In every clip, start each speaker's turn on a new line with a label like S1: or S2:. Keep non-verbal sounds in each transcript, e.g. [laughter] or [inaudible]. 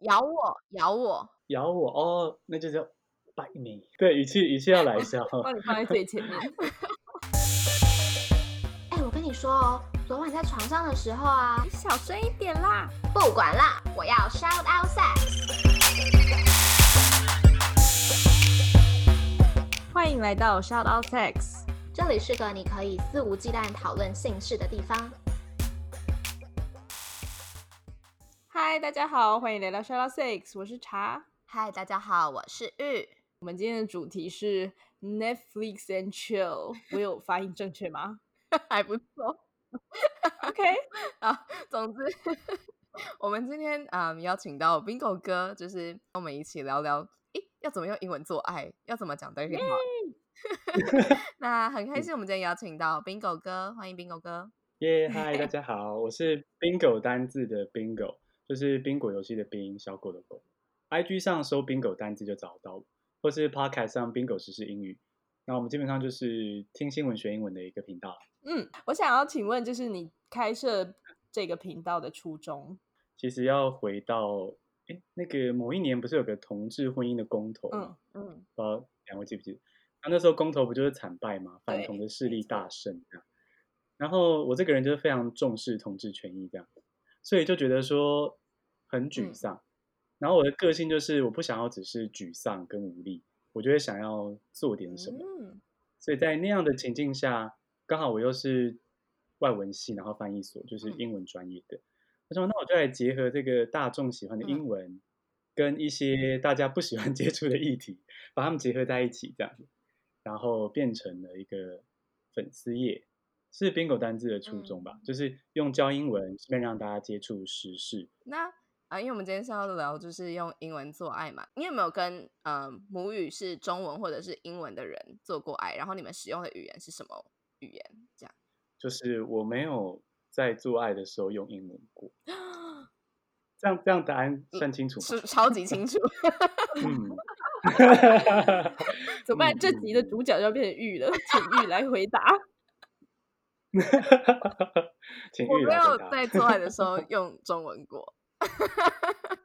S1: 咬我，咬我，
S2: 咬我哦，那就叫 bite me。对，语气语气要来一下哈。
S3: 帮你放在最前面。
S1: [laughs] 哎、我跟你说哦，昨晚在床上的时候啊，
S3: 你小声一点啦！
S1: 不管啦，我要 shout out sex。
S3: 欢迎来到 Shout Out Sex，
S1: 这里是个你可以肆无忌惮讨论性事的地方。
S3: 嗨，大家好，欢迎来到 Shout Out Sex，我是茶。
S1: 嗨，大家好，我是玉。 [laughs]
S3: 我们今天的主题是 Netflix and Chill，我有发音正确吗
S1: 还不错 [laughs]
S3: ？OK，
S1: 啊。总之， [laughs] 我们今天啊、嗯邀请到 Bingo 哥，就是跟我们一起聊聊，诶，要怎么用英文做爱，要怎么讲对电话。 [laughs] 那很开心，我们今天邀请到 Bingo 哥，欢迎 Bingo 哥。
S2: 耶，嗨，大家好，我是 bingo 单字的 bingo，就是宾果游戏的宾，小狗的狗。IG 上搜 bingo 单字就找得到我，或是 Podcast 上 bingo 实时英语。那我们基本上就是听新闻学英文的一个频道啦。
S3: 嗯，我想要请问，就是你开设这个频道的初衷？
S2: 其实要回到哎，那个某一年不是有个同志婚姻的公投吗？
S3: 嗯，
S1: 嗯，
S2: 不知道两位记不记得？那那时候公投不就是惨败吗？反
S3: 对
S2: 同的势
S3: 没
S2: 力
S3: 错
S2: 大胜这样。然后我这个人就是非常重视同志权益这样，所以就觉得说很沮
S1: 嗯
S2: 丧。然后我的个性就是我不想要只是沮丧跟无力，我就会想要做点什么。
S3: 嗯，
S2: 所以在那样的情境下，刚好我又是外文系，然后翻译所就是
S1: 嗯
S2: 英文专业的。他说：“那我就来结合这个大众喜欢的
S1: 嗯
S2: 英文，跟一些大家不喜欢接触的议题，把它们结合在一起，这样子，然后变成了一个粉丝页，是 bingo 单字的初衷
S1: 嗯
S2: 吧？就是用教英文，顺便让大家接触时事。
S1: 那啊，因为我们今天是要聊就是用英文做爱嘛，你有没有跟呃母语是中文或者是英文的人做过爱？然后你们使用的语言是什么语言？这样
S2: 就是我没有在做爱的时候用英文过，这样这样答案算清楚
S1: 啊嗯是
S2: 吗？
S1: 超级清楚。
S2: 嗯。” [laughs]
S3: 怎么办？
S2: 嗯
S3: 这集的
S2: 嗯
S3: 主角就要变成玉了，请玉来
S1: [laughs]
S3: 回答。
S2: 请
S1: 我
S2: 玉
S1: 没
S2: 来回
S1: 有
S2: 答，
S1: 在做爱的时
S2: [laughs]
S1: 候用中文过。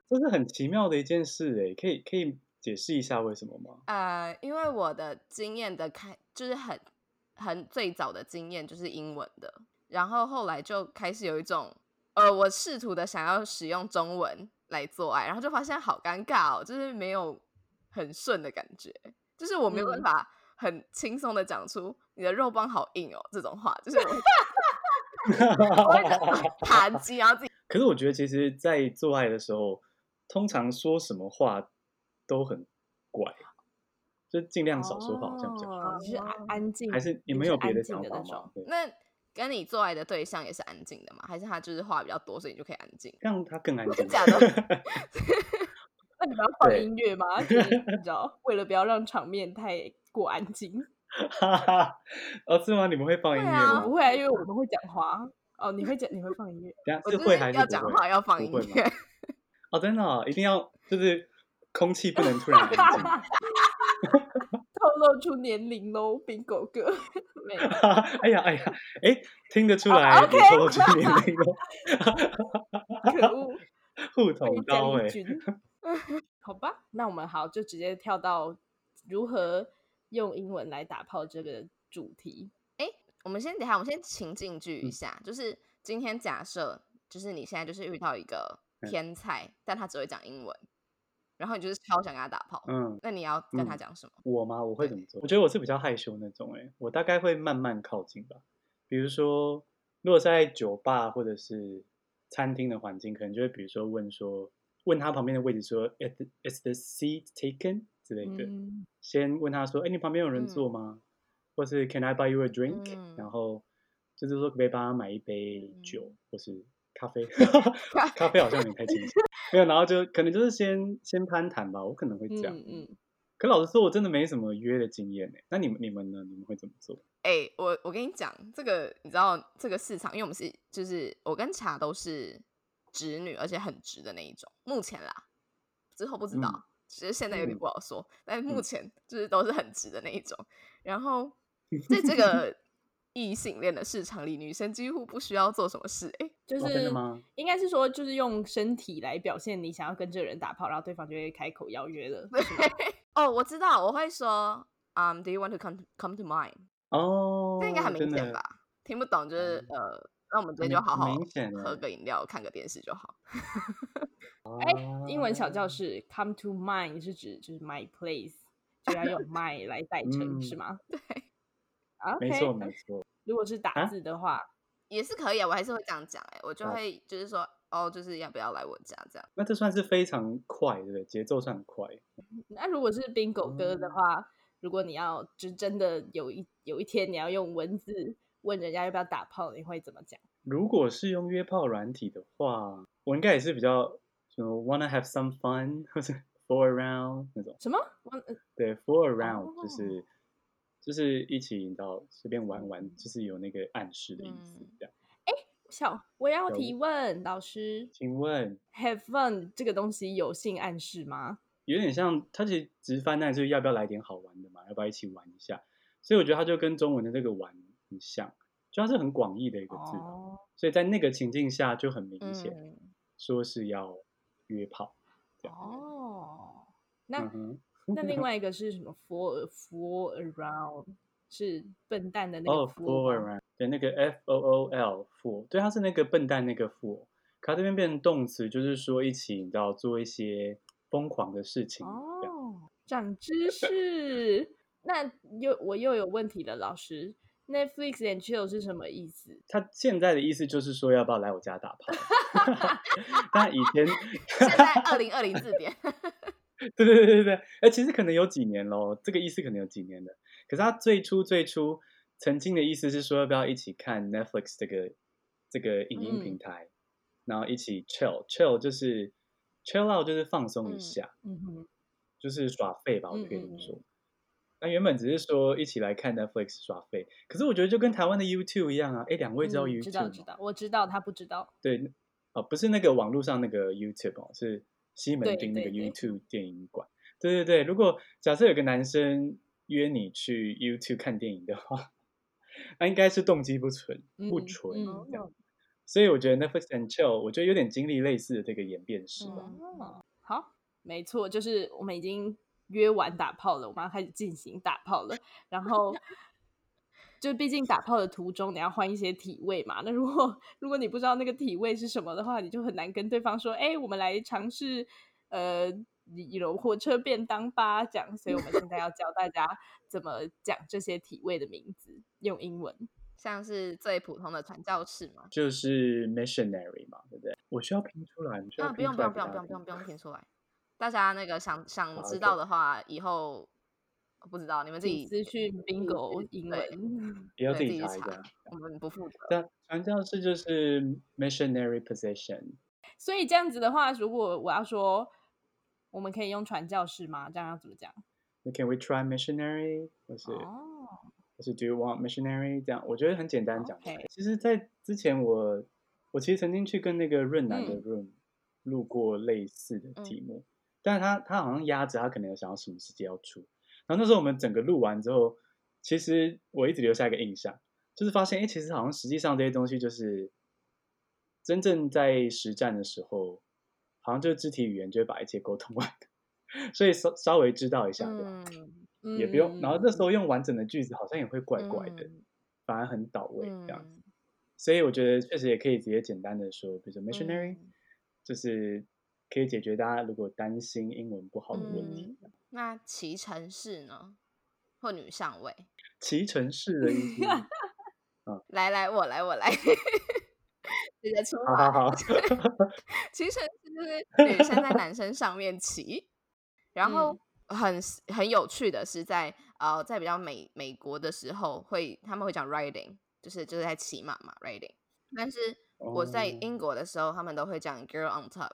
S2: 这是很奇妙的一件事诶，可以可以解释一下为什么吗？
S1: 呃，因为我的经验的开就是很很最早的经验就是英文的，然后后来就开始有一种呃，我试图的想要使用中文来做爱，然后就发现好尴尬哦，就是没有很顺的感觉，就是我没有办
S3: 嗯
S1: 法很轻松的讲出你的肉棒好硬哦这种话，就是
S2: [laughs]
S1: 我会我会 [laughs] 很打击，然后自己
S2: 可是我觉得，其实，在做爱的时候，通常说什么话都很怪，就尽量少说话，好像比较好。
S3: 哦就是安安静，
S2: 还是你
S3: 们
S2: 们有别
S3: 的
S2: 的想法
S3: 那
S2: 吗
S3: 种？？
S2: 对
S1: 那跟你做爱的对象也是安静的吗？还是他就是话比较多，所以你就可以安静？
S2: 让他更安静。
S1: 真假的？
S3: [laughs] 那你们要放
S2: 对
S3: 音
S2: [laughs]
S3: 乐吗？就是你知道，为了不要让场面太过安静。
S2: 哈哈 [laughs] 哦，是吗？你们会放音乐
S1: 啊
S3: 我
S2: 吗？
S3: 不会啊，因为我们会讲话。哦，你会讲，你会放音乐。
S2: 等下
S1: 我
S2: 是
S1: 就是
S2: 会还是
S1: 要
S2: 不
S1: 讲
S2: 会
S1: 话要放
S2: 不
S1: 音
S2: 会吗
S1: 乐。
S2: 哦，真的哦，一定要就是空气不能突然安
S1: [laughs]
S2: 静。
S3: 透露出年龄喽，冰狗哥，没
S2: [laughs]
S3: 有，
S2: 哎呀哎呀，哎，听得出
S3: 哦
S2: 来
S3: ，OK
S2: 你透露出年龄了，
S3: 可恶，
S2: 互 [laughs]
S3: 被
S2: 捅刀
S3: 战
S2: 哎
S3: 力。
S2: [laughs]
S3: 军。 [laughs] 好吧，那我们好就直接跳到如何用英文来打炮这个主题。
S1: [laughs] 我们先等一下，我们先情境剧一
S2: 嗯
S1: 下，就是今天假设，就是你现在就是遇到一个
S2: 嗯
S1: 天才，但他只会讲英文，然后你就是超想跟他打炮，
S2: 嗯，
S1: 那你要跟他
S2: 嗯
S1: 讲什么？
S2: 我吗？我会怎
S1: 对
S2: 么做？我觉得我是比较害羞那种、欸，我大概会慢慢靠近吧。比如说，如果是在酒吧或者是餐厅的环境，可能就会比如说问说，问他旁边的位置说，is the- is the seat taken 之类的，
S3: 嗯，
S2: 先问他说，哎、你旁边有人
S1: 嗯
S2: 坐吗？或是 Can I buy you a drink？、
S1: 嗯
S2: 然后就是说可不可以帮他买一杯酒、
S1: 嗯
S2: 或是咖啡， [laughs] 咖啡好像没太清楚，没有，然后就可能就是先先攀谈吧，我可能会这样，
S3: 嗯嗯，
S2: 可老实说，我真的没什么约的经验呢。欸那你们你们呢？你们会怎么做？
S1: 哎、我我跟你讲，这个你知道这个市场，因为我们是就是我跟茶都是直女，而且很直的那一种。目前啦，之后不知道，
S2: 嗯
S1: 其实现在有点
S2: 嗯
S1: 不好说。但目
S2: 嗯 [laughs]
S1: 前就是都是很直的那一种。然后在这个异性恋的市场里，女生几乎不需要做什么事、欸。哎，
S3: 就
S2: 哦真
S3: 是
S2: 的吗？
S3: 应该是说，就是用身体来表现你想要跟这个人打炮，然后对方就会开口邀约了。
S2: [laughs]
S1: 哦，我知道，我会说，嗯、d o you want to come to, come to mine？
S2: 哦，
S1: 这应该很明
S2: 真
S1: 显
S2: 的
S1: 吧？？听不懂就是呃，那我们直接就
S2: 很
S1: 好好
S2: 很明显欸
S1: 喝个饮料、看个电视就好。
S3: 哎、英文小
S2: 哦
S3: 教室 “come to mine” 是指就是 my place，就要用 my 来代称、
S2: 嗯
S3: 是吗？对。OK，
S2: 没错没错，
S3: 如果是打
S2: 啊
S3: 字的话，
S1: 也是可以啊，我还是会这样讲哎、我就
S2: 哦
S1: 会就是说哦，就是要不要来我家这样？
S2: 那这算是非常快，对不对？节奏算很快。
S3: 那如果是 bingo 哥的
S2: 嗯
S3: 话，如果你要就真的有一有一天你要用文字问人家要不要打炮，你会怎么讲？
S2: 如果是用约炮软体的话，我应该也是比较什么 wanna have some fun 或者 fool around 那种。
S3: 什么？我呃
S2: 对，fool around、
S3: 哦
S2: 就是就是一起你知道随便玩玩，就是有那个暗示的意思
S1: 嗯。
S2: 这样，
S3: 小，我要
S2: 有
S3: 提问老师
S2: 请问
S3: ，have fun 这个东西有性暗示吗？
S2: 有点像，它其实直翻那就是要不要来点好玩的嘛，要不要一起玩一下？所以我觉得它就跟中文的这个“玩”很像，就它是很广义的一个字，
S3: 哦，
S2: 所以在那个情境下就很明显、
S1: 嗯，
S2: 说是要约炮。这样
S3: 哦，那
S2: 嗯哼，
S3: 那
S2: [laughs]
S3: 另外一个是什么？fool fool around 是笨蛋的那个
S2: 哦
S3: fool，吗、
S2: ，fool around，对，那个 f o o l fool，对，它是那个笨蛋那个 fool，可它这边变成动词，就是说一起你知道做一些疯狂的事情，这样
S3: 哦，长知识。那又我又有问题了，老师，Netflix and chill 是什么意思？
S2: 他现在的意思就是说要不要来我家打炮？ [laughs] 但以前，
S1: 现在二零二零字典 [laughs]
S2: 对对对对对，哎、其实可能有几年咯，这个意思可能有几年的。可是他最初最初曾经的意思是说要不要一起看 Netflix 这个这个影音
S3: 嗯
S2: 平台，然后一起 chill chill 就是 chill out 就是放松一
S1: 嗯
S2: 下，
S3: 嗯哼，
S2: 就是耍废吧，我
S3: 嗯
S2: 就可以这
S3: 嗯
S2: 么
S3: 嗯
S2: 说。那原本只是说一起来看 Netflix 耍废，可是我觉得就跟台湾的 YouTube 一样啊，哎，两位知道
S3: 嗯
S2: YouTube 吗？
S3: 知道知道，我知道他不知道。
S2: 对，哦，不是那个网络上那个 YouTube 哦，是西门
S3: 对
S2: 町那
S3: 对
S2: 个
S3: 对
S2: YouTube 电影馆。对对对，如果假设有个男生约你去 YouTube 看电影的话，那应该是动机不纯，不
S3: 嗯
S2: 纯、
S3: 嗯
S2: 这样。所以我觉得 Netflix and Chill，我觉得有点经历类似的这个演变史吧。
S1: 嗯
S3: 好，没错，就是我们已经约完打炮了，我们要开始进行打炮了。然
S1: [laughs]
S3: 后，就毕竟打炮的途中你要换一些体位嘛。那如果 [laughs] 如果你不知道那个体位是什么的话，你就很难跟对方说：“哎、我们来尝试呃，你有火车便当吧。”这样，所以我们现在要教大家怎么讲这些体位的名字，用英文。
S1: 像是最普通的传教士嘛。
S2: 就是 missionary 嘛，对不对？我需要拼出来，你需要拼
S1: 那啊不用
S2: 出
S1: 不
S2: 来给
S1: 用不用
S2: 大家
S1: 不用不
S2: 听
S1: 用不用听出来，大家那个想想
S2: 好
S1: 知
S2: ，OK
S1: 道的话，以后我不知道你们自己
S3: 哦请私讯
S1: 自
S3: bingo
S1: 己
S3: 英
S1: 对
S3: 文。 [laughs]
S2: 也要自
S1: 对自
S2: 己
S1: 己
S2: 查一
S1: 查
S2: 下。
S1: 我们不负责。
S2: 那啊传教士就是 missionary position，
S3: 所以这样子的话，如果我要说，我们可以用传教士吗？这样要怎么讲？
S2: Can we try missionary？或是、
S3: 哦，
S2: 或是 Do you want missionary？这样我觉得很简单讲出来。
S3: OK
S2: 其实，在之前我我其实曾经去跟那个润南的
S3: 嗯
S2: 润录过类似的题目，但他他好像压着他可能有想要什么时间要出。然后那时候我们整个录完之后，其实我一直留下一个印象，就是发现哎、诶其实好像实际上这些东西就是真正在实战的时候，好像就是肢体语言就会把一切沟通完， [laughs] 所以稍稍微知道一下就好。
S3: 啊
S1: 嗯，
S2: 也不用。然后这时
S3: 候
S2: 候用完整的句子好像也会怪怪的，
S1: 嗯
S2: 反而很倒位这样子。
S1: 嗯
S2: 所以我觉得确实也可以直接简单的说，比如说 missionary，、
S1: 嗯
S2: 就是可以解决大家如果担心英文不
S3: 嗯
S2: 好的
S1: 嗯
S2: 问题。
S1: 那骑乘式呢？或女上位？
S2: 骑乘式的意思，好
S1: 来来，我来我来， [laughs] 你的出发。
S2: 好好，
S1: 骑乘式就是女生在男生上面骑，然后很很有趣的是在呃在比较美美国的时候会他们会讲 riding，就是就是在骑马嘛 riding，但是我在
S2: 哦
S1: 英国的时候他们都会讲 girl on top，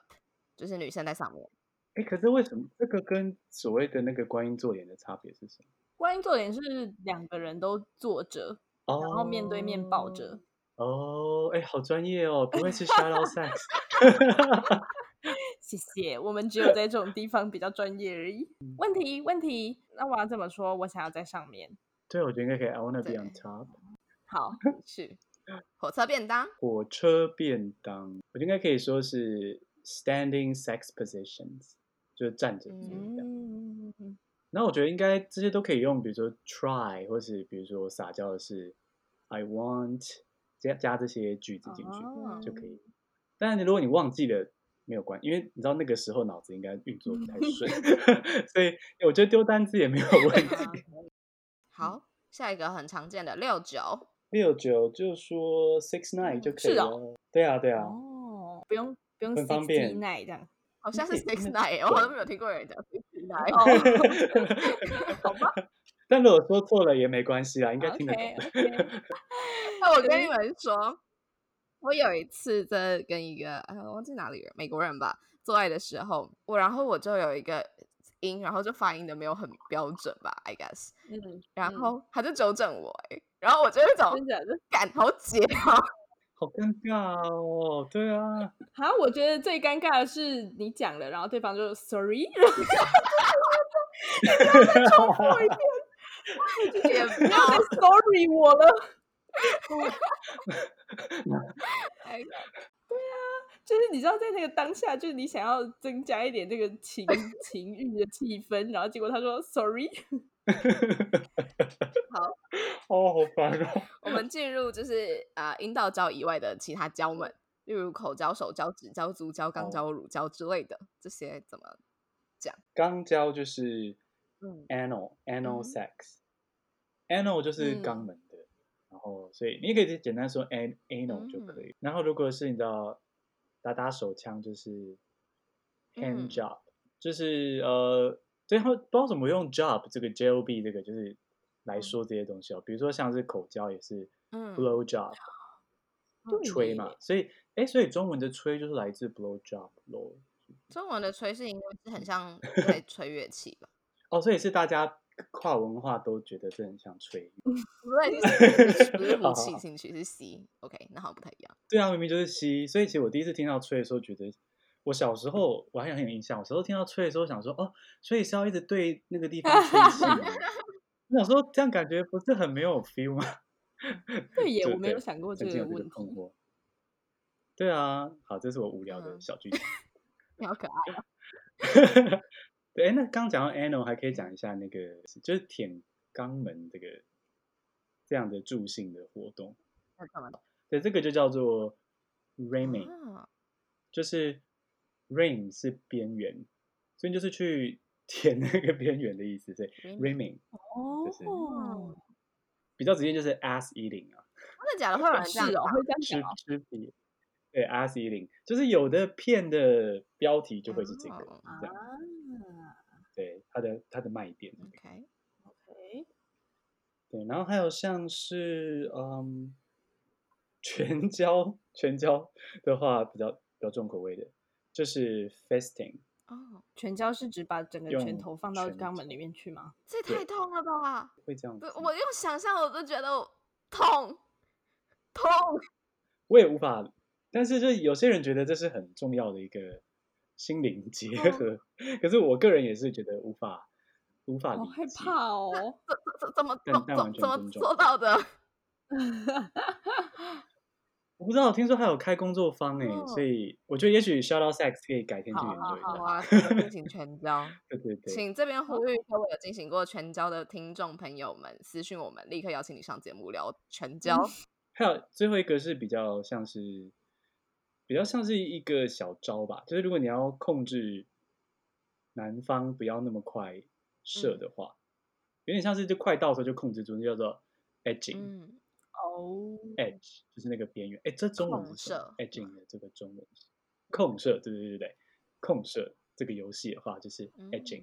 S1: 就是女生在上面。
S2: 哎，可是为什么这个跟所谓的那个观音坐莲的差别是什么？
S3: 观音坐莲是两个人都坐着，
S2: 哦，
S3: 然后面对面抱着。
S2: 哦，哎，好专业哦，不会是 shadow sex， [laughs]
S3: 谢谢，我们只有在这种地方比较专业而已。
S2: 嗯
S3: 问题问题，那我要怎么说？我想要在上面。
S2: 对，我觉得应该可以。I wanna be on
S1: 对
S2: top。
S3: 好，
S1: 是火车便当，
S2: 火车便当，我应该可以说是 standing sex positions，就是站着姿这样。
S3: 嗯，
S2: 然后我觉得应该这些都可以用，比如说 try，或是比如说撒娇的是 I want，加加这些句子进去、
S3: 哦
S2: 就可以。当然，如果你忘记了没有关，因为你知道那个时候脑子应该运作不太
S3: [laughs]
S2: 顺， [laughs] 所以我觉得丢单字也没有问题。
S3: 嗯
S1: 好，下一个很常见的六九，
S2: 六九就说 six nine 就可以
S3: 是
S2: 了。
S3: 哦
S2: 对啊， [laughs] 对啊。
S3: 哦，不用不用
S2: 很方便
S3: sixty nine 这样，
S1: 好像是
S2: 你可以
S1: six
S2: 真的
S1: nine，
S2: 对
S1: 我都没有听过有人讲 six nine。
S3: [laughs] 哦
S2: 好吧。 [laughs] 但如果说错了也没关系 [laughs] 啊啦，应该听得懂。
S3: ，OK OK，
S1: [laughs] 哎，我跟你们说，我有一次在跟一个哎，我忘记哪里人，美国人吧，做爱的时候，我然后我就有一个音，然后就发音的没有很标准吧，I guess，
S3: 嗯，
S1: 然
S3: 嗯
S1: 后他就纠正我、哎，然后我就有一种
S3: [laughs]
S1: [laughs]
S3: 真假的。
S1: 感好解啊，
S2: 好尴尬哦，对啊，
S3: 啊，我觉得最尴尬的是你讲了，然后对方就
S1: [laughs]
S3: sorry，然 [laughs] 后
S1: 也不
S3: 不要
S1: [laughs]
S3: 再 sorry 我了。
S1: 哎
S3: 啊就是你知道，在那个当下，就是你想要增加一点这个情情欲的气氛，然后结果他说 sorry，
S2: [laughs] 哦，好烦哦。
S1: 我们进入就是啊、呃阴道交以外的其他交们，例如口交、手交、指交、足交、肛
S2: 哦
S1: 交、乳交之类的，这些怎么？
S2: 肛交就是
S1: 嗯
S2: anal anal
S1: 嗯
S2: sex，anal 就是
S1: 嗯
S2: 肛门的，然后所以你也可以简单说 an anal 就
S1: 嗯
S2: 可以。然后如果是你知道打打手枪就是 hand
S1: 嗯
S2: job，、就是呃，最后不知道怎么用 job 这个 job 这个就是来说这些东西哦，比如说像是口交也是
S1: 嗯
S2: blow job，、
S3: 对
S2: 吹
S3: 耶
S2: 嘛，所以哎，所以中文的吹就是来自 blow job 咯。
S1: 中文的吹是因为是很像在吹乐器吧？
S2: 哦，所以是大家跨文化都觉得这很像吹。
S1: 不是，不是
S2: 好
S1: [laughs] 武
S2: 好
S1: 器
S2: 好
S1: 进去是 C。OK，那好像不太一样。
S2: 对啊，明明就是西。所以其实我第一次听到吹的时候，觉得我小时候我还很有印象。我小时候听到吹的时候，想说哦，所以是要一直对那个地方吹气
S3: [laughs]
S2: 吗。我想说这样感觉不是很没有 feel 吗？ [laughs]
S3: 对耶，
S2: 对
S3: 我没
S2: 对
S3: 有想过这
S2: 曾经
S3: 个
S2: 有这
S3: 问
S2: 个
S3: 题。
S2: 困惑。对啊，好，这是我无聊的
S1: 嗯
S2: 小剧情。
S1: 你好可爱，
S2: [laughs] 对，哎，那刚讲到 anal，还可以讲一下那个，就是舔肛门这个这样的助兴的活动。
S1: 那干嘛？
S2: 对，这个就叫做 ramming，、
S1: 啊
S2: 就是 rain 是边缘，所以就是去 [laughs] 舔那个边缘的意思。所以
S1: Ramming
S2: ramming 就是
S3: 哦，
S2: 比较直接就是 ass eating 啊，
S1: 真的假的？会有人这
S3: 是
S1: 样
S3: 哦，
S1: 打
S3: 会这样
S2: 吃
S3: 讲哦。
S2: 吃瘪。对，ass eating 就是有的片的标题就会是这个，
S1: 哦
S2: 这样
S3: 啊
S2: 对它的它的卖点。
S1: ？OK，
S3: ，OK，
S2: 对，然后还有像是嗯，全椒全椒的话比较比较重口味的，就是 fisting，
S1: 哦，
S3: 全交是指把整个
S2: 用
S3: 拳头放到
S2: 拳
S3: 肛
S2: 头
S3: 门里面去吗？
S1: 这也
S2: 对
S1: 太痛了吧！
S2: 会这样
S1: 不
S2: 子。
S1: 我用想象我都觉得我痛痛。
S2: 我也无法，但是就是有些人觉得这是很重要的一个心灵结
S3: 嗯
S1: 哦
S2: 合，可是我个人也是觉得无法无法
S3: 好
S2: 理
S3: 害
S2: 解。
S3: 怕哦。
S1: 怎怎怎么
S2: 但
S1: 怎
S2: 但
S1: 怎
S2: 完全
S1: 怎么
S2: 尊重
S1: 做到的？ [laughs]
S2: 我不知道，听说还有开工作坊哎、所
S1: 哦
S2: 以我觉得也许 shout out sex 可以改天去
S3: 嗯好
S2: 研
S3: 好
S2: 究一
S3: 好
S2: 下。
S1: 哇，啊进行
S2: [laughs]
S1: 全交，
S2: 对对对，
S1: 请这边呼吁各位有进行过全交的听众朋友们，私讯我们，立刻邀请你上节目聊全交。
S2: 嗯还有最后一个是比较像是，比较像是一个小招吧，就是如果你要控制男方不要那么快射
S1: 嗯
S2: 的话，有点像是就快到的时候就控制住，那叫做 edging、
S1: 嗯，
S3: [laughs] 哦，
S2: edge，就是那个边缘。哎，这中文是什么
S1: 控射
S2: edging 的这个中文是控射，对对对对，控射这个游戏的话就是
S1: 嗯
S2: edging。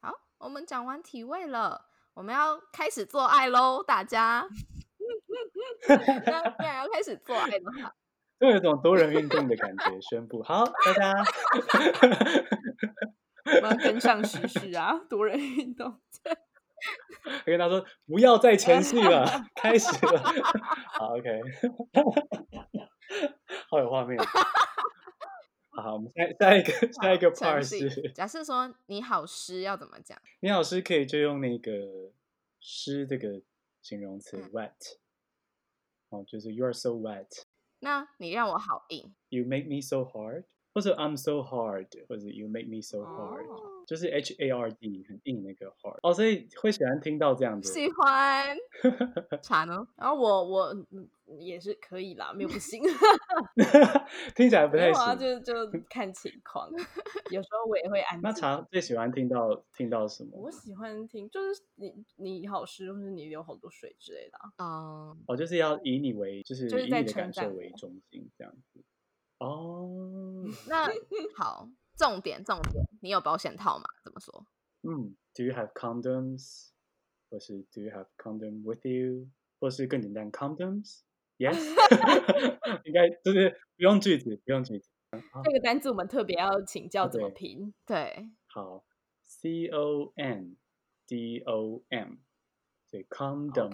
S1: 好，我们讲完体位了，我们要开始做爱喽，大家。那既然要开始做爱的
S2: [laughs]
S1: 话，
S2: 就有一种多人运动的感觉，宣布好，大家
S3: 我们要跟上时事啊， [laughs] 多人运动。
S2: 我跟他说不要再前戏了，开始了。好，OK，好有画面。好，我们下下一个下一个
S1: 好
S2: part
S1: 程序
S2: 是，
S1: 假设说你好湿要怎么讲？
S2: 你老师可以就用那个湿这个形容词
S1: 嗯
S2: wet，哦，就是 You are so wet,
S1: 那你让我好硬，
S2: you make me so hard，或者 I'm so hard，或者 You make me so hard，、
S3: 哦
S2: 就是 H A R D 很硬那个 hard。哦，所以会喜欢听到这样子。
S1: 喜欢哦茶呢？
S3: 然后我我嗯也是可以啦，没有不
S2: [laughs]
S3: 行，
S2: [laughs] 听起来不
S3: 没
S2: 太
S3: 有啊，
S2: 行。
S3: 就就看情况。有时候我也会安
S2: 那
S3: 静。
S2: 茶最喜欢听到听到什
S3: 我
S2: 么？
S3: 喜欢听，就是你你好湿，或是你流好多水之类的、啊。
S1: 嗯，
S2: 哦，就是要以你为，就是
S3: 就是
S2: 以
S3: 在
S2: 你的
S3: 称
S2: 感受
S3: 赞我
S2: 为中心这样子。哦， [laughs]
S1: 那好，重点重点，你有保险套吗？怎么说？
S2: 嗯，Do you have condoms？或是 Do you have condom with you？或是更简单，condoms？Yes，应该就是不用句子，不用句子。
S3: 这个单字我们特别要请教怎么
S2: 哦对
S3: 拼。
S1: 对，
S2: 好，C O N D O M，所以 condom，、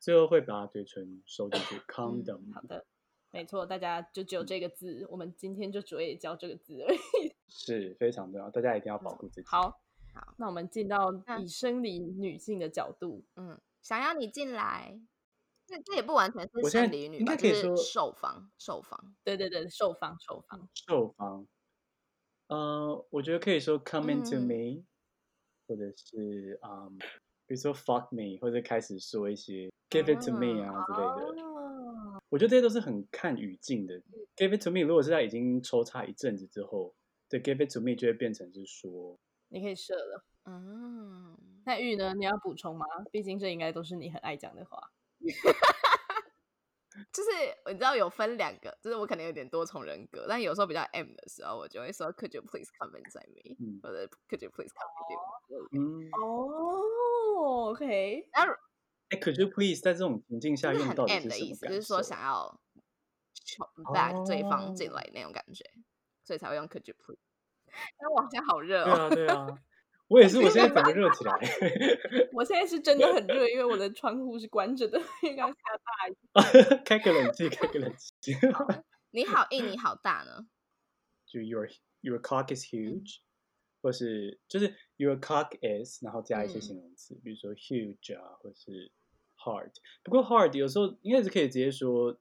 S2: 最后会把嘴唇收进
S3: [clears throat]
S2: 去，condom。
S3: 好的，没错，大家就
S2: 嗯
S3: 只有这个字，我们今天就只会教这个字而已。
S2: 是非常重要，大家一定要保护自己。
S3: 嗯好，
S1: 好
S3: 那我们进到
S1: 那
S3: 以生理女性的角度，
S1: 嗯，想要你进来，这这也不完全
S2: 我
S1: 是
S2: 现在
S1: 生理女
S2: 应
S1: 吧，
S2: 该可以
S1: 就
S2: 说
S1: 是受方受方。
S3: 对对对，受方受方，
S2: 受方，呃，我觉得可以说 come into
S1: 嗯
S2: me，、或者是啊、嗯比如说 fuck me，或者开始说一些 give it to me 啊之类
S3: 嗯哦
S2: 的。
S1: 哦
S2: 我觉得这些都是很看语境的。give it to me，如果是在已经抽插一阵子之后，对 give it to me 就会变成是说，
S3: 你可以射了。
S1: 嗯，
S3: 那玉呢？你要补充吗？毕竟这应该都是你很爱讲的话。
S1: 就是你知道有分两个，就是我可能有点多重人格，但有时候比较 M 的时候，我就会说 Could you please come inside me，、
S2: 嗯
S1: 或者 Could you please come with me？
S2: 嗯，
S3: 哦，OK，
S2: 哎、c o u l d you please 在这种情境下
S1: 就是
S2: 用
S1: 很
S2: 到底
S1: M 的
S2: 什
S1: 意
S2: 么
S1: 思，
S2: 感
S1: 就是说
S2: 受
S1: 想要 choke back 对方进
S2: 哦
S1: 来那种感觉，所以才会用 Could you please。但 [laughs] 我好像好热
S2: 对
S1: 哦，
S2: 啊，对
S1: [laughs]
S2: 啊，我也是，我现在整个热起来。
S3: [laughs] 我现在是真的很热，因为我的窗户是关着的，因为刚 [laughs] 下大雨。
S2: 开个冷气，开个冷
S1: [laughs]
S2: 气。
S1: 你好硬，你好大呢，
S2: 就 your your cock is huge，、或是就是 your cock is，然后加一些
S1: 嗯
S2: 形容词，比如说 huge 啊，或是 hard。不过 hard 有时候应该是可以直接说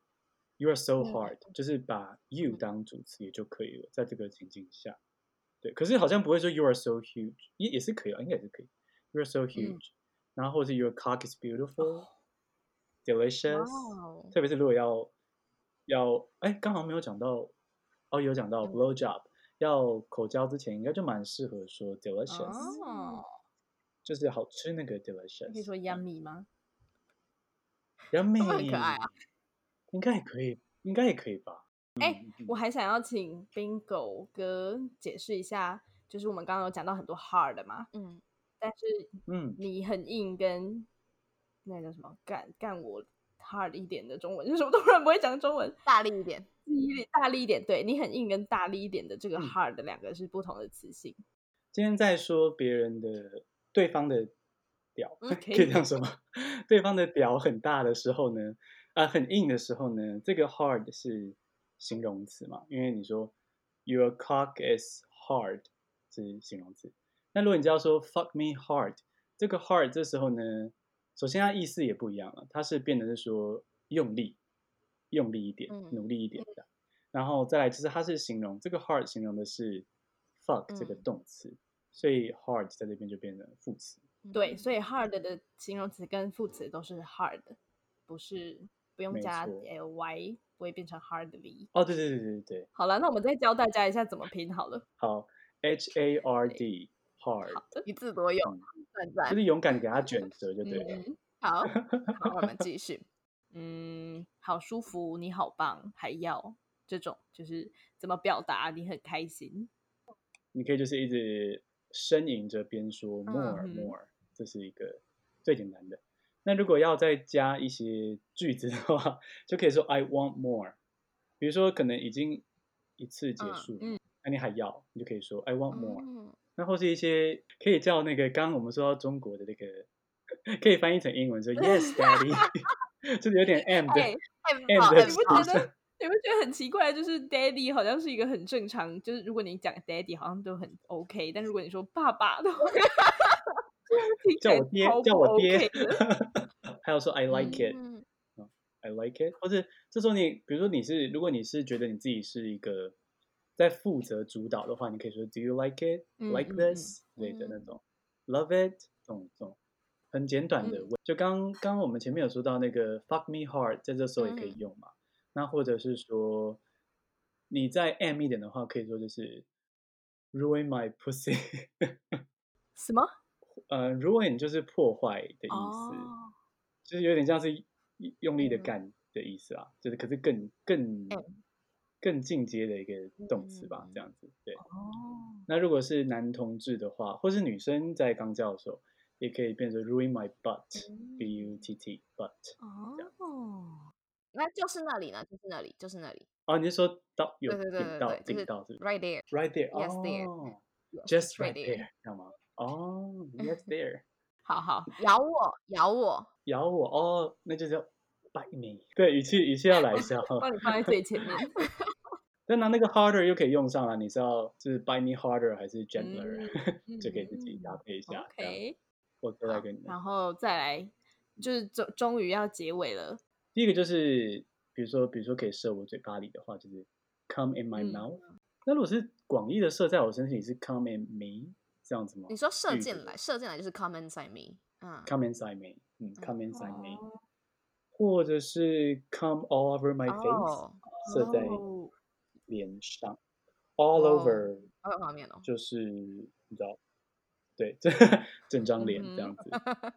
S2: you are so
S1: 嗯
S2: hard，、就是把 you
S1: 嗯
S2: 当主词也就可以了，在这个情境下。对，可是好像不会说 you are so huge，也也是可以啊，应该也是可以。you are so
S3: 嗯
S2: huge，、然后或是 your cock is
S3: 哦
S2: beautiful，delicious、delicious
S1: 哦
S2: 特别是如果要要哎，刚好没有讲到哦，有讲到
S1: 嗯
S2: blow job，要口交之前应该就蛮适合说 delicious，、
S3: 哦，
S2: 就是好吃那个
S3: 你可以
S2: delicious，
S3: 说 yummy 吗？
S1: 会不会很
S2: yummy，
S1: 可爱啊
S2: 应该也可以，应该也可以吧？
S3: 哎
S2: 嗯，嗯
S3: 我还想要请 Bingo 哥解释一下，就是我们刚刚有讲到很多 hard 嘛，
S1: 嗯，
S3: 但是
S2: 嗯，
S3: 你很硬跟那个叫什么干干我 hard 一点的中文， [laughs] 就是我突然不会讲中文，
S1: 大力一点，
S3: 一点大力一点，对你很硬跟大力一点的这个
S2: 嗯
S3: hard 两个是不同的词性，
S2: 今天在说别人的对方的屌，
S1: 嗯
S2: 可以这样说吗？ [laughs] 对方的屌很大的时候呢，啊、很硬的时候呢，这个 hard 是形容词嘛？因为你说 your cock is hard 是形容词，那如果你就要说 fuck me hard，这个 hard 这时候呢，首先它意思也不一样了，它是变得是说用力，用力一点
S1: 嗯，
S2: 努力一点的。然后再来就是它是形容这个 hard 形容的是 fuck 这个
S1: 嗯
S2: 动词，所以 hard 在这边就变成副词。
S3: 对，所
S1: 以
S3: 以 hard 的形容词跟副词都是 hard，不是不用
S2: 没
S3: 加
S2: 错
S3: ly，不会变成 hardly。
S2: 哦，对对对对对，
S3: 好了，那我们再教大家一下怎么拼好了。
S2: 好，H A R D hard，
S1: 一字多用
S2: 嗯，
S1: 赞
S2: 就
S1: 赞。
S2: 是勇敢给它卷舌就对了。
S3: 嗯
S2: [laughs]
S1: 好，好，我们继续。
S3: 嗯，好舒服，你好棒，还要这种就是怎么表达你很开心。
S2: 你可以就是一直呻吟着边说 more
S3: 嗯哼
S2: more，、这是一个最简单的。那如果要再加一些句子的话，就可以说 I want more。比如说，可能已经一次结
S1: 嗯
S2: 束了，那你还要，你就可以说 I want more。
S3: 哦
S1: 嗯
S2: 那或是一些可以叫那个，刚刚我们说到中国的那个，可以翻译成英文说 Yes Daddy，就是 [laughs] 有点 M 的、
S3: 哎，
S1: ，M 到
S2: ，M 的
S1: M
S3: 你不
S1: 到
S3: 觉
S2: 出声
S3: 得。你不觉得很奇怪？就是 daddy 好像是一个很正常，就是如果你讲 daddy 好像都很 OK，但如果你说爸
S2: [laughs]
S3: 爸的话， [laughs] 就是听起
S2: 叫
S3: 来
S2: 我爹
S3: 超，
S2: 叫
S3: 不
S2: 我爹
S3: OK 的。
S2: [laughs] 还有说 I like it，I、
S1: 嗯
S2: I like it，或是这时候你比如说你是如果你是觉得你自己是一个在负责主导的话，你可以说 Do you like it?
S3: 嗯
S2: Like
S3: 嗯
S2: this 之类的那种，Love it 这种这种很简短
S3: 嗯
S2: 的问。就刚刚我们前面有说到那个 Fuck me hard，在这时候也可以
S1: 嗯
S2: 用嘛。那或者是说你再 M 一点的话，可以说就是 Ruin my pussy， [laughs]
S3: 什么
S2: 呃，ruin 就是破坏的意思。
S3: 哦，
S2: 就是有点像是用力的
S1: 嗯
S2: 干的意思啊，就是可是更更更进阶的一个动词吧，
S1: 嗯
S2: 这样子。对，
S3: 哦，
S2: 那如果是男同志的话，或是女生在刚教的时候，也可以变成 ruin my butt，b、u
S1: 嗯
S2: t t butt。
S3: 哦，
S1: 那就是那里呢，就是那里，就是那里
S2: 哦，你是说到有
S1: 对对对
S2: 顶
S1: 对
S2: 到
S1: 对就是
S2: 顶到是不是
S1: ，right there。
S2: ？Right there，
S1: Yes, there.
S2: 哦
S1: Yes,
S2: ，just
S1: it's
S2: right
S1: right
S2: there，
S1: there
S2: 知道吗？
S1: [laughs]
S2: 哦，yes there，
S3: 好好，
S1: 咬我，咬我，
S2: 咬我哦，那就是 bite me。对，语气语气要来一下哦。
S3: 帮你放在最前
S2: [laughs]
S3: 面。
S2: 但拿那个 harder 又可以用上啊了，你是要就是 bite me harder 还是 gentler，、 [laughs]
S3: 嗯
S2: 就给自己搭配一下。这样
S3: OK，
S2: 我再来给你们。
S3: 然后再来就是终终于要结尾了。
S2: 第一个就是，比如说，比如说可以射我嘴巴里的话，就是 come in my
S3: 嗯
S2: mouth。那如果是广义的射在我身体，是 come in me 这样子吗
S1: 你说射
S2: 句
S1: 进
S2: 子
S1: 来，射进来就是 come inside me，嗯，
S2: ？come inside me，嗯，come inside me，、
S3: 哦
S2: 或者是 come all over my face，、
S1: 哦，
S2: 射在
S3: 哦
S2: 脸上，all
S1: 哦
S2: over
S1: 好有画面哦，
S2: 就是你知道，对， [laughs] 这整张脸这样
S3: 嗯
S2: 子。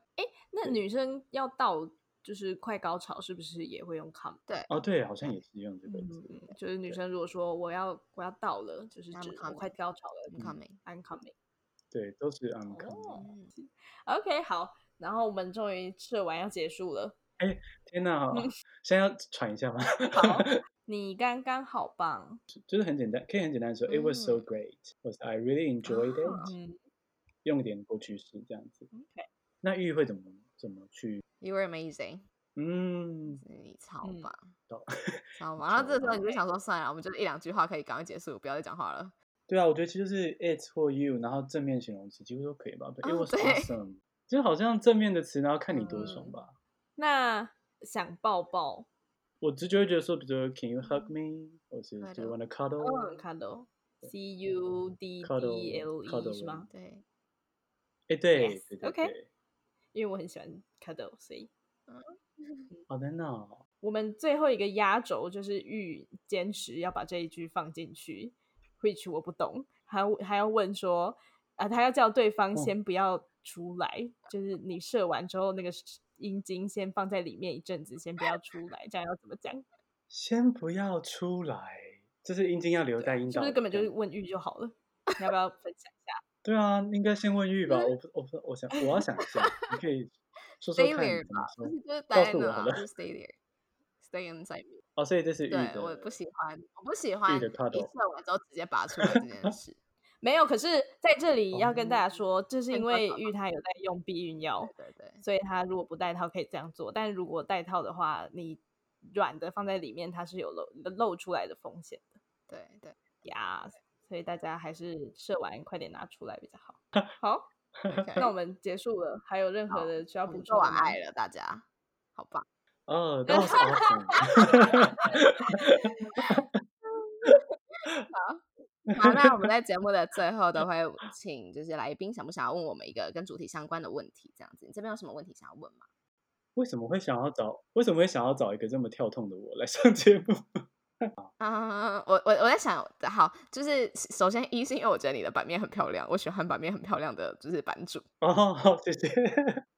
S3: 那
S2: 对
S3: 女生要到就是快高潮，是不是也会用 come？
S1: 对，
S2: 哦，对，好像也是用这个字。
S3: 嗯，就是女生如果说我要我要到了，就是
S1: I'm
S3: 指我
S1: coming
S3: 快高潮了
S1: 很 coming，
S3: ，I'm coming。
S2: 对，都是 I'm coming。
S3: 哦
S1: 嗯，
S3: OK，好，然后我们终于射完要结束了。
S2: 天哪，现在要喘一下吗？ [laughs]
S3: 好，你刚刚好棒。
S2: 就是很简单，可以很简单地说、i t was so
S1: 嗯
S2: great”，或是 “I really enjoyed it”，、
S3: 嗯
S2: 用一点过去式这样子。
S3: ，OK，
S2: 那玉会怎么怎么去？
S1: You were amazing，
S2: 嗯，
S1: 你超
S3: 嗯
S1: 棒， [laughs]
S2: 到
S1: 超棒。然后这时候
S2: 超
S1: 你就想说，算了，我们就一两句话可以赶快结束，不要再讲话了。
S2: 对啊，我觉得其实就是 “it” 或 “you”，然后正面形容词几乎都可以吧。对
S3: 啊
S2: “It
S1: 哦
S2: was
S1: 对
S2: awesome”，就是好像正面的词，然后看你多爽
S3: 嗯
S2: 吧。
S3: 那想抱抱，
S2: 我直觉会觉得说，比如说 “Can you hug me”，或是 “Do you wanna
S1: Cuddle
S2: cuddle”，、
S3: 嗯，看到 C U D D L E
S2: Cuddle，cuddle
S3: 是吗？
S1: 对，
S2: 哎、对
S3: Yes，
S2: 对对
S3: OK
S2: 对
S3: 因为我很喜欢 cuddle，所以
S2: 好的呢。
S3: 我们最后一个压轴就是玉坚持要把这一句放进去，which 我不懂，还要还要问说，啊、他要叫对方
S2: 哦
S3: 先不要出来，就是你射完之后那个阴茎先放在里面一阵子，先不要出来，这样要怎么讲？
S2: 先不要出来，就是阴茎要留在阴
S3: 啊是
S2: 道
S3: 不
S2: 里，
S3: 是根本就
S2: 这
S3: 是
S2: 样
S3: 问玉就好了？你要不要分享一下？
S2: 对啊？应该先问玉吧。
S1: 嗯
S2: 我不，我不，我想，我要想一下，你可
S3: [laughs]
S2: 以说说
S1: stay
S2: 看
S1: there
S2: 怎么
S1: 吧，不
S2: 说
S1: 是就是
S2: 告
S1: 待在
S2: 诉我
S1: 那
S2: 好
S1: 啊，
S2: 了
S1: 就是 stay there，stay
S3: [laughs]
S1: inside me。
S2: 哦。所以这是玉
S1: 对
S2: 的，
S1: 我不喜欢，我不喜欢一
S2: 的 cuddle
S1: 射完之后直接拔出来这件
S3: [laughs]
S1: 事。
S3: 没有，可是在这里要跟大家
S2: 哦
S3: 说，这是
S1: 先
S3: 因
S1: 观
S3: 为
S1: 察
S3: 玉他有在用避孕药
S1: 对，对对，
S3: 所以他如果不戴套可以这样做，但如果戴套的话，你软的放在里面，它是有漏漏出来的风险的
S1: 对对，
S3: 呀。所以大家还是射完快点拿出来比较好。好，那我
S1: OK，
S3: 们结束了，还有任何
S1: 好
S3: 的需
S1: 我
S3: 要补
S1: 们
S3: 充
S1: 做
S3: 的
S1: 完
S3: 吗？ [laughs]
S1: 爱了，大家，好棒。
S2: 哦，that was awesome。
S1: 好，那我们在节目的最后都会请就是来宾想不想要问我们一个跟主题相关的问题，这样子。你这边有什么问题想要问吗？
S2: [laughs] 为什么会想要找？为什么会想要找一个这么跳痛的我来上节目？ [laughs]
S1: 嗯，我我我在想，好，就是首先一是因为我觉得你的版面很漂亮，我喜欢版面很漂亮的就是版主。
S2: 哦，好，谢谢。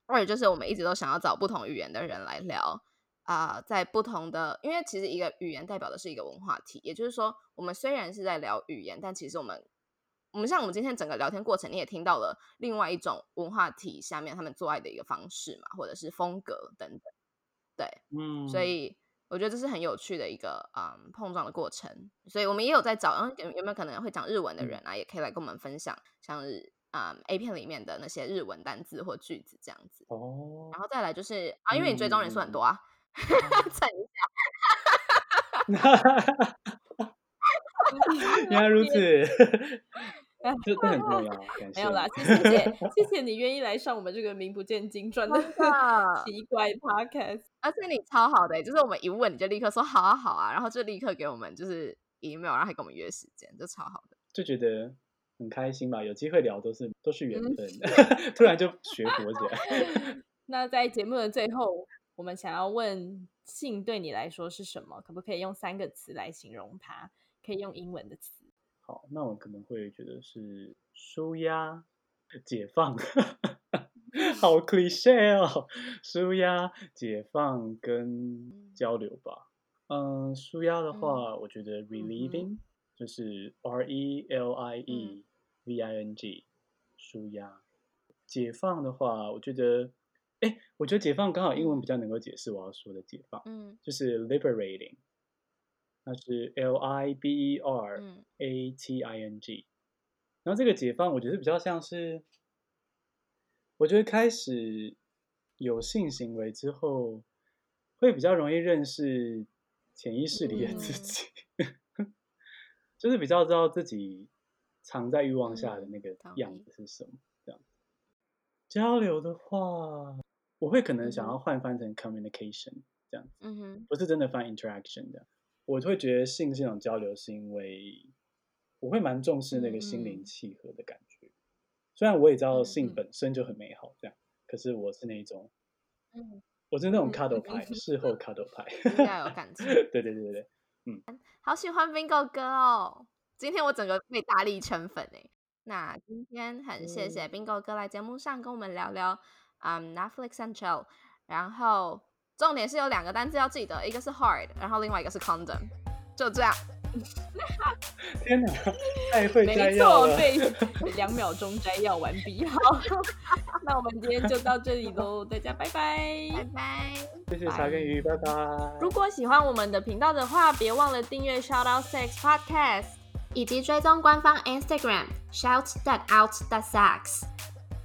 S1: 或者就是我们一直都想要找不同语言的人来聊啊、在不同的，因为其实一个语言代表的是一个文化体，也就是说，我们虽然是在聊语言，但其实我们我们像我们今天整个聊天过程，你也听到了另外一种文化体下面他们做爱的一个方式嘛，或者是风格等等，对，
S2: 嗯，
S1: 所以我觉得这是很有趣的一个嗯碰撞的过程。所以我们也有在找，嗯，有有没有可能会讲日文的
S2: 嗯
S1: 人啊，也可以来跟我们分享，像是嗯 A 片里面的那些日文单字或句子这样子。
S3: [laughs]
S2: 哦， [laughs]
S1: 然后再来就是啊，因为你追踪人数很多啊， [laughs] 蹭一下，
S2: 原来如此。 [laughs] 这这很重要，感谢。
S3: [laughs] 没有啦，谢谢姐，谢谢你愿意来上我们这个名不见经传的
S1: 真的
S3: 奇怪 podcast。
S1: 而且你超好的欸、就是我们一问你就立刻说好啊好啊，然后就立刻给我们就是 email，然后还跟我们约时间，就超好的。
S2: 就觉得很开心吧，有机会聊都是都是缘分， [laughs] 突然就学佛起来。
S3: 那在节目的最后，我们想要问性对你来说是什么？可不可以用三个词来形容它？可以用英文的词。
S2: [laughs] 好，那我可能会觉得是舒压、解放， [laughs] 好 cliche 哦，舒压、解放跟交流吧。嗯，舒压的话，我觉得 relieving、就是 R E L I E V I N G，舒压。解放的话，我觉得，哎，我觉得解放刚好英文比较能够解释我要说的解放，
S1: 嗯
S2: 就是 liberating，那是 L I B E R。
S1: 嗯
S2: A T I N G。然后这个解放，我觉得比较像是，我觉得开始有性行为之后，会比较容易认识潜意识里的自
S1: 嗯
S2: 己， [laughs] 就是比较知道自己藏在欲望下的那个
S1: 嗯同
S2: 样
S1: 意
S2: 子是什么。这样交流的话，我会可能想
S1: 嗯哼
S2: 要换翻成 communication 这样子。
S1: 嗯哼，
S2: 不是真的翻 interaction 的。我会觉得性是一种交流，是因为我会蛮重视那个心
S1: 嗯
S2: 灵
S1: 嗯
S2: 契合的感觉。虽然我也知道
S1: 嗯
S2: 性
S1: 嗯
S2: 本身就很美好，这样，可是我是那一种，
S1: 嗯，
S2: 我是那种
S3: 嗯
S2: cuddle
S3: 嗯
S2: 派，
S3: 嗯
S2: 事后 cuddle 派。
S1: [laughs] 应该哦有感
S2: [laughs]
S1: 情。
S2: 对对对对对，
S1: 好喜欢 Bingo 哥哦！今天我整个被大力圈粉哎。那今天很谢谢
S2: 嗯
S1: Bingo 哥来节目上跟我们聊聊，嗯、n e t f l i x and chill。然后重点是有两个单字要记得，一个是 hard，然后另外一个是 condom。就这样，
S2: 天哪，太会摘
S3: 没
S2: 要
S3: 错，
S2: 了。 [laughs]
S3: 被两秒钟摘要完毕。好， [laughs] 那我们今天就到这里喽，大家拜拜。
S1: 拜拜。
S2: 谢谢茶跟鱼，拜拜。
S3: 如果喜欢我们的频道的话，别忘了订阅 Shout Out Sex Podcast。
S4: 以及追踪官方 Instagram shout that out that sucks。